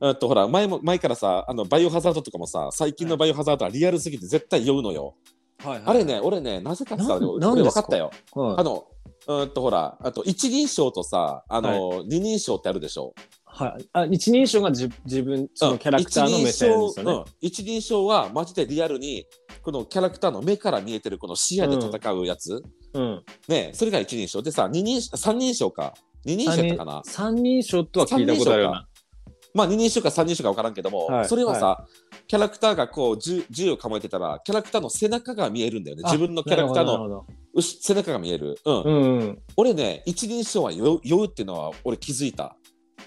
Speaker 2: えっと、ほら、前も、前からさ、あの、バイオハザードとかもさ、最近のバイオハザードはリアルすぎて絶対酔うのよ。
Speaker 1: はいはい
Speaker 2: あれね、俺ね、なぜかってさ、
Speaker 1: な
Speaker 2: 俺
Speaker 1: なん
Speaker 2: 俺
Speaker 1: で
Speaker 2: 分
Speaker 1: す
Speaker 2: か
Speaker 1: か
Speaker 2: ったよ。
Speaker 1: はい
Speaker 2: あの、うんと、ほら、あと、一人称とさ、あの、二人称ってあるでしょ。
Speaker 1: はいあ一人称が自自分そのキャラクターの目線ですよ
Speaker 2: う
Speaker 1: ね
Speaker 2: ん一人称うん一人称は、マジでリアルに、このキャラクターの目から見えてるこの視野で戦うやつ、
Speaker 1: うん。
Speaker 2: ねそれが一人称でさ二人三人称か二人称やったかな
Speaker 1: 三人称とは聞いたことあるよな。
Speaker 2: まあ二人称か三人称か分からんけども、
Speaker 1: はい
Speaker 2: それはさ、キャラクターがこう銃銃を構えてたらキャラクターの背中が見えるんだよね
Speaker 1: あ
Speaker 2: 自分のキャラクター
Speaker 1: なる
Speaker 2: の
Speaker 1: ほど
Speaker 2: うし背中が見える、うん
Speaker 1: なるほどうんうん。
Speaker 2: 俺ね一人称は酔う酔うっていうのは俺気づいた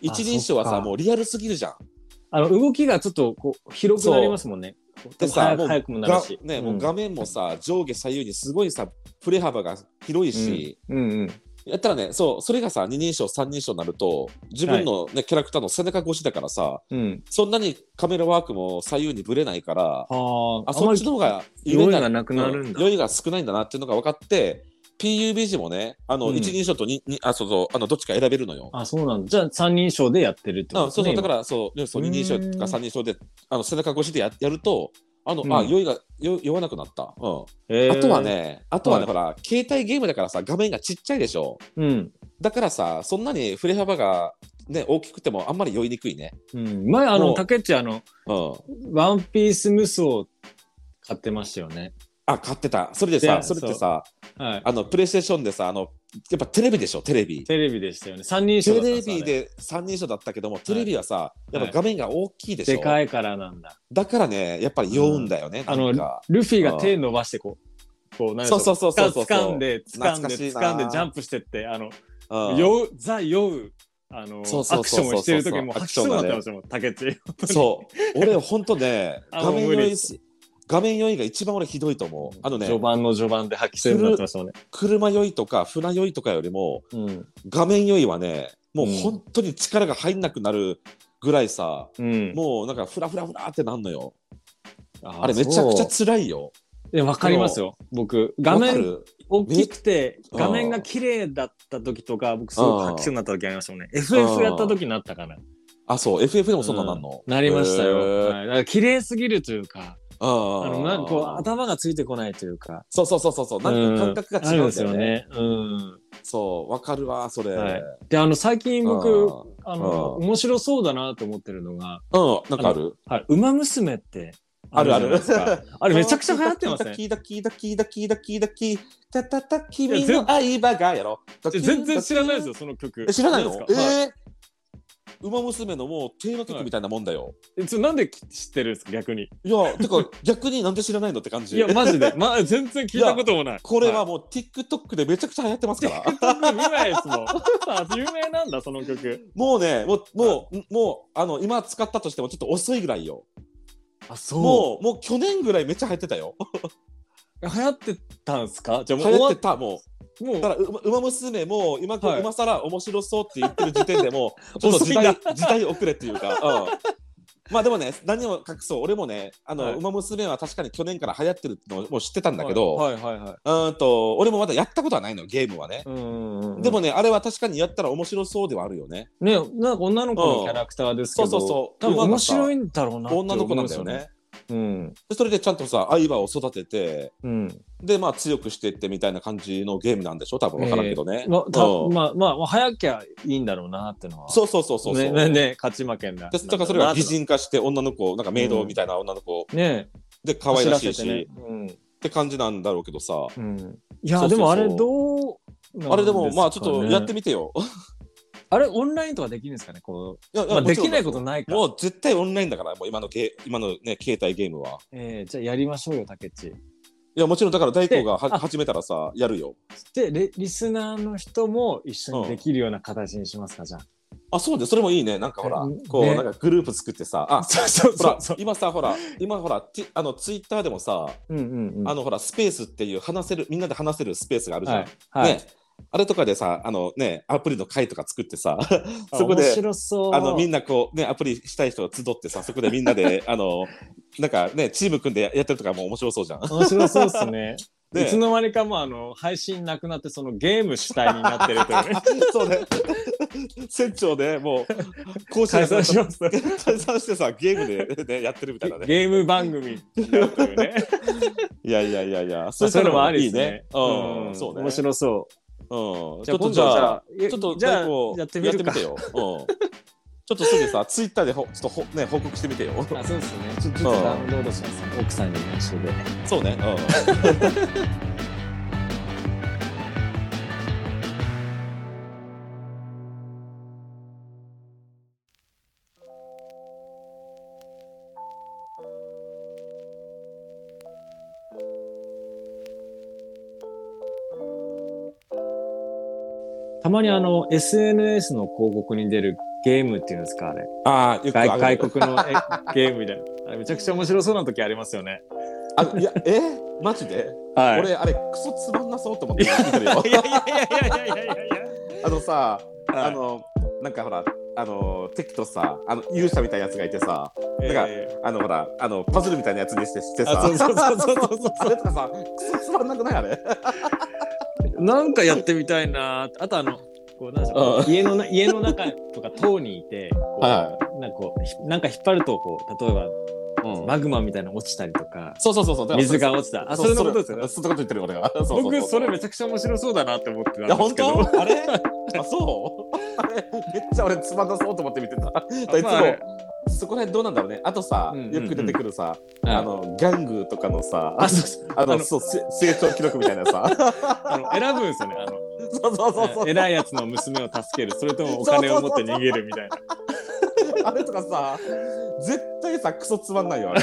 Speaker 2: 一人称は
Speaker 1: そ
Speaker 2: さ
Speaker 1: っか
Speaker 2: もうリアルすぎるじゃん
Speaker 1: あの動きがちょっとこう広くなりますもんね。
Speaker 2: でさ
Speaker 1: 早く
Speaker 2: もう
Speaker 1: 早くもな
Speaker 2: が
Speaker 1: るし。
Speaker 2: ね、
Speaker 1: うん
Speaker 2: もう画面もさ上下左右にすごいさ振れ幅が広いし、
Speaker 1: うんうん。
Speaker 2: やったらねそうそれがさ二人称三人称になると自分の、ねキャラクターの背中越しだからさ
Speaker 1: うん。
Speaker 2: そんなにカメラワークも左右にぶれないから
Speaker 1: ああ、
Speaker 2: あそっちの方が
Speaker 1: 酔い
Speaker 2: が
Speaker 1: がなくなるんだ。
Speaker 2: 酔いが少ないんだなっていうのが分かって PUBG もねあの、
Speaker 1: うん
Speaker 2: 一人称とににあそうそうあのどっちか選べるのよ。
Speaker 1: あ、そうなんだ。じゃあ三人称でやってるってこと。
Speaker 2: あそうそうだかららそうでそう
Speaker 1: うー
Speaker 2: 二
Speaker 1: ん
Speaker 2: 人称とか三人称であの背中越しでややるとあの、
Speaker 1: うん
Speaker 2: あ酔いが酔酔わなくなった、うん
Speaker 1: 今へー
Speaker 2: あとは。ねあとはね、
Speaker 1: は
Speaker 2: ほら携帯ゲームだからさ画面がちっちゃいでしょ
Speaker 1: うん。
Speaker 2: だからさそんなに振れ幅が、ね、大きくてもあんまり酔いにくいね。
Speaker 1: うん、前あ
Speaker 2: も
Speaker 1: の
Speaker 2: う
Speaker 1: 竹内あの
Speaker 2: うん、
Speaker 1: ワンピース無双買ってましたよね。
Speaker 2: あ買ってたそれで
Speaker 1: い
Speaker 2: さ
Speaker 1: や
Speaker 2: それってさ
Speaker 1: はい。
Speaker 2: あのプレイステーションでさあのやっぱテレビでしょテレビ。
Speaker 1: テレビでしたよね。三人称だった
Speaker 2: テ
Speaker 1: ん
Speaker 2: レ
Speaker 1: すよ
Speaker 2: ビで三人称だったけども、テレビはさ、
Speaker 1: い
Speaker 2: やっぱ画面が大きいで
Speaker 1: あ
Speaker 2: し
Speaker 1: れ
Speaker 2: ょ。
Speaker 1: でかいからなんだ。
Speaker 2: だからね、やっぱり酔うんだよね、
Speaker 1: あ
Speaker 2: な
Speaker 1: の
Speaker 2: んか。
Speaker 1: ルフィが手伸ばしてこう。こうなん
Speaker 2: そうそうそうそうそう。
Speaker 1: つかんでつかんで
Speaker 2: 懐かしい
Speaker 1: つ
Speaker 2: な
Speaker 1: かんでジャンプしてってあの
Speaker 2: うん、
Speaker 1: 酔うザ酔うあの
Speaker 2: そうそうそうそう
Speaker 1: アクションをしてる時も
Speaker 2: ア
Speaker 1: 吐
Speaker 2: ク
Speaker 1: き
Speaker 2: ショ
Speaker 1: そ
Speaker 2: ン
Speaker 1: うにな
Speaker 2: が
Speaker 1: っ
Speaker 2: ね
Speaker 1: てましたもん竹内。
Speaker 2: そう。俺、ほんとね、
Speaker 1: *laughs* あ
Speaker 2: 画
Speaker 1: も
Speaker 2: 面
Speaker 1: う無
Speaker 2: 酔い
Speaker 1: 理
Speaker 2: す、画面酔いが一番俺ひどいと思う。あのね、
Speaker 1: 序盤の序盤で吐きそうになってましたもんね。
Speaker 2: 車酔いとか船酔いとかよりも、
Speaker 1: うん
Speaker 2: 画面酔いはね、もう
Speaker 1: うん
Speaker 2: 本当に力が入んなくなるぐらいさ、
Speaker 1: うん。
Speaker 2: もうなんかフラフラフラってなんのよ。
Speaker 1: あ
Speaker 2: あれめちゃくちゃ
Speaker 1: そう
Speaker 2: 辛いよ。
Speaker 1: えわかりますよ。僕画
Speaker 2: わか
Speaker 1: 面
Speaker 2: る
Speaker 1: 大きくて
Speaker 2: うん
Speaker 1: 画面が綺麗だった時とか僕すごく吐きそうになった時ありましたもんね。FF やった時になったかな。
Speaker 2: あ、そう、FF でもそんなんなんの、
Speaker 1: うなりましたよ。
Speaker 2: へー
Speaker 1: はいだから綺麗すぎるというか、
Speaker 2: あ
Speaker 1: あ
Speaker 2: ー
Speaker 1: のなんかこう頭がついてこないというか。
Speaker 2: そうそうそうそうそう、なんか感覚が違うんだよね。
Speaker 1: うんあるんですよね。
Speaker 2: そう、わかるわ、それ。
Speaker 1: はいうん。で、あの、最近僕、
Speaker 2: う
Speaker 1: あの、
Speaker 2: うん
Speaker 1: 面白そうだなと思ってるのが、
Speaker 2: ん、なんかある。
Speaker 1: はい、馬娘って、
Speaker 2: あるある
Speaker 1: じゃないです
Speaker 2: *laughs*
Speaker 1: か。あれめちゃくちゃ流行ってません
Speaker 2: キダキダキダキダキダキたたた君の相場がやろ。
Speaker 1: 全然知らないですよ、。その曲。
Speaker 2: え、知らないの
Speaker 1: んです
Speaker 2: え
Speaker 1: かはい
Speaker 2: ー馬娘のもうテーマ曲みたいなもんだよ。
Speaker 1: えそれなんで知ってるんですか、逆に。
Speaker 2: いや、てか逆になんで知らないのって感じ。
Speaker 1: いや、マジで。ま、全然聞いたこともない。
Speaker 2: これはもう TikTok でめちゃくちゃ流行ってますから。
Speaker 1: はい。見ないです
Speaker 2: *laughs*
Speaker 1: もん。あ有名なんだ、その曲。
Speaker 2: もうね、もう、もう、もう、あの、今使ったとしてもちょっと遅いぐらいよ。
Speaker 1: あ、そ
Speaker 2: もう、もう去年ぐらいめっちゃ流行ってたよ。
Speaker 1: う。流行ってたんすかじゃあ
Speaker 2: 流
Speaker 1: もう終
Speaker 2: 行
Speaker 1: わ
Speaker 2: っ
Speaker 1: って
Speaker 2: た、もう。
Speaker 1: もう
Speaker 2: だからうま馬娘も今こう、
Speaker 1: はい
Speaker 2: 今更面白そうって言ってる時点でもうちょっと時代
Speaker 1: *laughs* 遅
Speaker 2: 時代遅れっていうか、うん、まあでもね何を隠そう俺もねあの、
Speaker 1: はい
Speaker 2: 馬娘は確かに去年から流行ってるってのをもう知ってたんだけど、
Speaker 1: はいはいはい。
Speaker 2: うーんと俺もまだやったことはないのよゲームはね、
Speaker 1: うんうんうん
Speaker 2: でもねあれは確かにやったら面白そうではあるよね
Speaker 1: ね、なんか女の子のキャラクターですけど、
Speaker 2: うんそうそうそう
Speaker 1: 多分面白いんだろうなって思
Speaker 2: 女の子なんだよ
Speaker 1: うんです
Speaker 2: ね
Speaker 1: よね。
Speaker 2: それでちゃんとさ相葉を育てて
Speaker 1: うん。
Speaker 2: でまあ強くしていってみたいな感じのゲームなんでしょ多分分からんけどね、
Speaker 1: うん。まあ、た
Speaker 2: うん
Speaker 1: まあ、まあ、まあ、早きゃいいんだろうなってのは。
Speaker 2: そうそうそうそうそう、
Speaker 1: ね、ね、ね勝ち負けんだ。
Speaker 2: でだからそれが擬人化して女の子なんかメイドみたいな女の子
Speaker 1: ね、
Speaker 2: で可愛らしいし、
Speaker 1: 走らせ
Speaker 2: って
Speaker 1: ね
Speaker 2: て感じなんだろうけどさ、
Speaker 1: うん。うん。い
Speaker 2: そ
Speaker 1: や、
Speaker 2: うそう
Speaker 1: で
Speaker 2: そう
Speaker 1: もあれどうなんすかね。
Speaker 2: あれでもまあちょっとやってみてよ *laughs*
Speaker 1: あれオンラインとかできるんですかね、こ。
Speaker 2: いやいうや
Speaker 1: まあ、
Speaker 2: も
Speaker 1: で
Speaker 2: ちろ
Speaker 1: き
Speaker 2: ん
Speaker 1: ないことないか。
Speaker 2: もう絶対オンラインだからもう今のゲ今のね携帯ゲームは
Speaker 1: えー、じゃあやりましょうよ、竹内。
Speaker 2: いやもちろんだから大光が
Speaker 1: で
Speaker 2: は
Speaker 1: あ
Speaker 2: 始めたらさやるよ
Speaker 1: で、レリスナーの人も一緒にできるような形にしますか、じゃ
Speaker 2: あそうでそれもいいねなんかほら
Speaker 1: うん
Speaker 2: こう
Speaker 1: ね
Speaker 2: なんかグループ作ってさ
Speaker 1: あ。*laughs*
Speaker 2: あ
Speaker 1: そうそう
Speaker 2: ほ
Speaker 1: そう
Speaker 2: ら
Speaker 1: そう。
Speaker 2: 今さほら今ほらティあのツイッターでもさ
Speaker 1: うんうんうん。
Speaker 2: あのほらスペースっていう話せるみんなで話せるスペースがあるじゃん、
Speaker 1: はい。はい。
Speaker 2: ねあれとかでさあのねアプリの会とか作ってさ
Speaker 1: あ
Speaker 2: そこで
Speaker 1: 面白そう。
Speaker 2: あのみん
Speaker 1: な。
Speaker 2: なこうねアプリしたい人が集ってさそこでみんな
Speaker 1: *laughs*
Speaker 2: であのなんかねチーム組んでややってるとかも面白そうじゃん。
Speaker 1: 面白そうですね。
Speaker 2: *laughs* ね
Speaker 1: いつの間にかもうあの配信なくなってそのゲーム主体になってると
Speaker 2: *laughs*
Speaker 1: いうね
Speaker 2: そうね。船長でもう講師
Speaker 1: 解散し *laughs*
Speaker 2: 解
Speaker 1: ますゲ
Speaker 2: 散してさゲームで、ね、やってるみたいなね。
Speaker 1: ーム番組になるという
Speaker 2: *laughs*
Speaker 1: ね
Speaker 2: いやいやいやいや
Speaker 1: そういうのもあり
Speaker 2: い
Speaker 1: で
Speaker 2: い
Speaker 1: すね
Speaker 2: ね。うん、そうね。
Speaker 1: 面白そう
Speaker 2: うん。
Speaker 1: じ
Speaker 2: ち
Speaker 1: ゃあ
Speaker 2: ょっと
Speaker 1: 今度
Speaker 2: じゃあ
Speaker 1: じゃあ
Speaker 2: ちょっと
Speaker 1: じゃあ
Speaker 2: 大光
Speaker 1: やってみるか
Speaker 2: やってみてよ。うんちょっとすぐさ、ツイッターでほちょっとほ、ね、報告して
Speaker 1: *laughs*
Speaker 2: みてよ。
Speaker 1: あ、そうですね。ちょちょっとダウンロードします。奥さんに内緒で。
Speaker 2: そうね。うん。
Speaker 1: たまにあの、SNS の広告に出るゲームっていうんですか、あれ。
Speaker 2: ああ、よくあ
Speaker 1: 外
Speaker 2: る
Speaker 1: 外国のえ *laughs* ゲームみたいな。あれめちゃくちゃ面白そうな時ありますよね。
Speaker 2: あいや、えマジで、
Speaker 1: はい。
Speaker 2: 俺、あれ、クソつまんなそうと思って見てるよ。
Speaker 1: *laughs* いやいやいやいやいやいやいや。
Speaker 2: あのさ、
Speaker 1: はい
Speaker 2: あの、なんかほら、あの、敵とさ、あの、勇者みたいなやつがいてさ、
Speaker 1: え
Speaker 2: なんか
Speaker 1: え
Speaker 2: あの、ほら、あの、パズルみたいなやつにしてして
Speaker 1: あ
Speaker 2: さ、
Speaker 1: そうそうそうそうそう
Speaker 2: *laughs* あれとかさ、クソつまんなくないあれ。
Speaker 1: なんかやってみたいなあとあのこうなんでしょう
Speaker 2: う
Speaker 1: 家のな家の中とか塔にいてこう
Speaker 2: は
Speaker 1: なんかこうひなんか引っ張るとこう例え
Speaker 2: い。う
Speaker 1: ば
Speaker 2: ん
Speaker 1: マグマみたいなの落ちたりとか
Speaker 2: そうそうそうそう。だから
Speaker 1: 水が落ちたあそれのことですよね
Speaker 2: そんなこと言ってるよ俺が。そうそう
Speaker 1: 僕それ
Speaker 2: い
Speaker 1: めちゃくちゃ面白そうだなって思ってたんで
Speaker 2: や
Speaker 1: す
Speaker 2: 本
Speaker 1: け *laughs* ど
Speaker 2: 当あれあそうあれめっちゃ俺つまんなそうと思って見てた。だからいつ
Speaker 1: まああれ
Speaker 2: もそこら辺どうなんだろうね。あとさ
Speaker 1: うんうんうん
Speaker 2: よく出てくるさ
Speaker 1: あ
Speaker 2: あ
Speaker 1: の
Speaker 2: のギャングとかのさ
Speaker 1: あそうそう
Speaker 2: あ
Speaker 1: あ
Speaker 2: の
Speaker 1: の
Speaker 2: そうせ成長記録みたいな
Speaker 1: *laughs*
Speaker 2: さ
Speaker 1: あの選ぶんですよねあの
Speaker 2: そうそうそうそう。
Speaker 1: 偉いやつの娘を助けるそれともお金を持って逃げるみたいな
Speaker 2: あれとかさ絶対さクソつまんな
Speaker 1: *laughs*
Speaker 2: いよあれ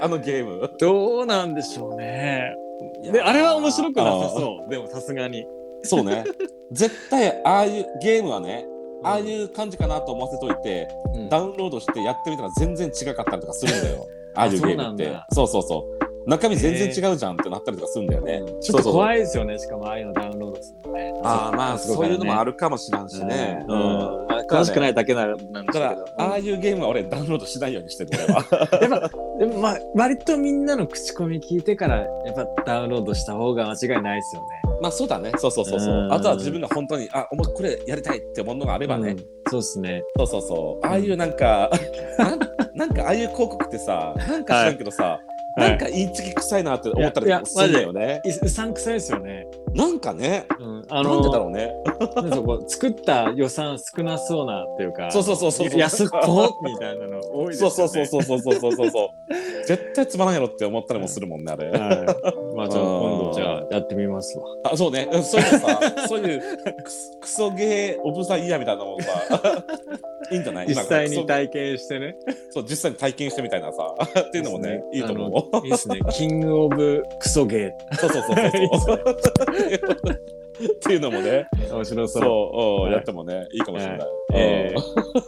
Speaker 2: あのゲーム。
Speaker 1: *laughs* どうなんでしょうねであれは面白くなさそうでもさすがに
Speaker 2: そうね。絶対ああいうゲームはね、ああいう感じかなと思わせといて、
Speaker 1: うん
Speaker 2: ダウンロードしてやってみたら全然違かったりとかする
Speaker 1: *laughs*
Speaker 2: んだよ。ああいう
Speaker 1: そ
Speaker 2: ゲームっ
Speaker 1: うなん
Speaker 2: て
Speaker 1: だ。
Speaker 2: そうそうそう。中身全然違うじゃんってなったりとかするんだよね。
Speaker 1: ちょっと怖
Speaker 2: い。
Speaker 1: いですよねしかもああいうのダウンロードするのね
Speaker 2: ああまあそういうのもあ
Speaker 1: る
Speaker 2: るかもしらんしね。
Speaker 1: う
Speaker 2: うんん。。
Speaker 1: 詳しくないいだけならなんで
Speaker 2: だ
Speaker 1: すけ
Speaker 2: か
Speaker 1: ど
Speaker 2: ら、ああいうゲームは俺ダウンロードしないようにしてる俺 *laughs* は。
Speaker 1: でもまあ割とみんなの口コミ聞いてからやっぱダウンロードした方が間違いないですよね
Speaker 2: まあそうだね。そうそうそうそうう。
Speaker 1: ん
Speaker 2: あとは自分が本当に、あ、おもこれやりたいってものがあればね
Speaker 1: うん。そうですね
Speaker 2: そうそうそう。ああいうなんか、なんなんかああいう広告ってさ、なんか知らんけどさ、なんかインチキ臭いなって思ったりとかするんだよね。
Speaker 1: いうさんくさいですよね、
Speaker 2: なんかね、
Speaker 1: うん、あ
Speaker 2: なんで
Speaker 1: の
Speaker 2: だろうね。
Speaker 1: なんでしょうこう作った予算少なそうなっていうか
Speaker 2: そうそうそうそうそう
Speaker 1: 安っぽみたいなの多いです
Speaker 2: そ
Speaker 1: よ
Speaker 2: う
Speaker 1: ね
Speaker 2: そうそうそうそうそうそうそうそう。絶対つまらんやろって思ったりもするもんね、あれ。
Speaker 1: はい、まあじゃあ
Speaker 2: うん
Speaker 1: 今度じゃあやってみますわ
Speaker 2: あ、そうね。そういうのさ、そういうクソクソゲーオブザイヤーみたいなのもさ、
Speaker 1: *laughs*
Speaker 2: いいんじゃない
Speaker 1: 実際に
Speaker 2: 体
Speaker 1: 体験してね
Speaker 2: そう実際に体験してみたいなさ、っていうのもね、いいと思
Speaker 1: あのいいですねキングオブクソゲ
Speaker 2: う。そうそうそうそうそう。っていうのもね、
Speaker 1: ー面白そう
Speaker 2: そう、うん
Speaker 1: はい
Speaker 2: やってもね、いいかもしれない。
Speaker 1: え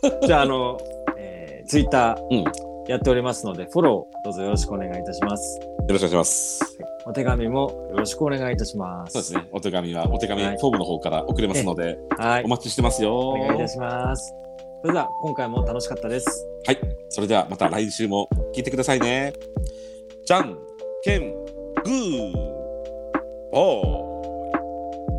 Speaker 2: うん
Speaker 1: ーじゃあ、あの、えー、ツイッタ
Speaker 2: うん
Speaker 1: ーやっておりますので、フォローどうぞよろしくお願いいたします。
Speaker 2: よろしくお願いします。
Speaker 1: お手紙もよろしくお願いいたします。
Speaker 2: そうですね、お手紙はお手紙
Speaker 1: はい
Speaker 2: フォームの方から送れますので、
Speaker 1: はい
Speaker 2: お。待ちしてますよ。
Speaker 1: お願いいたします。それでは、今回も楽しかったです。
Speaker 2: はい。それではまた来週も聞いてくださいね。じゃんけんグーおー。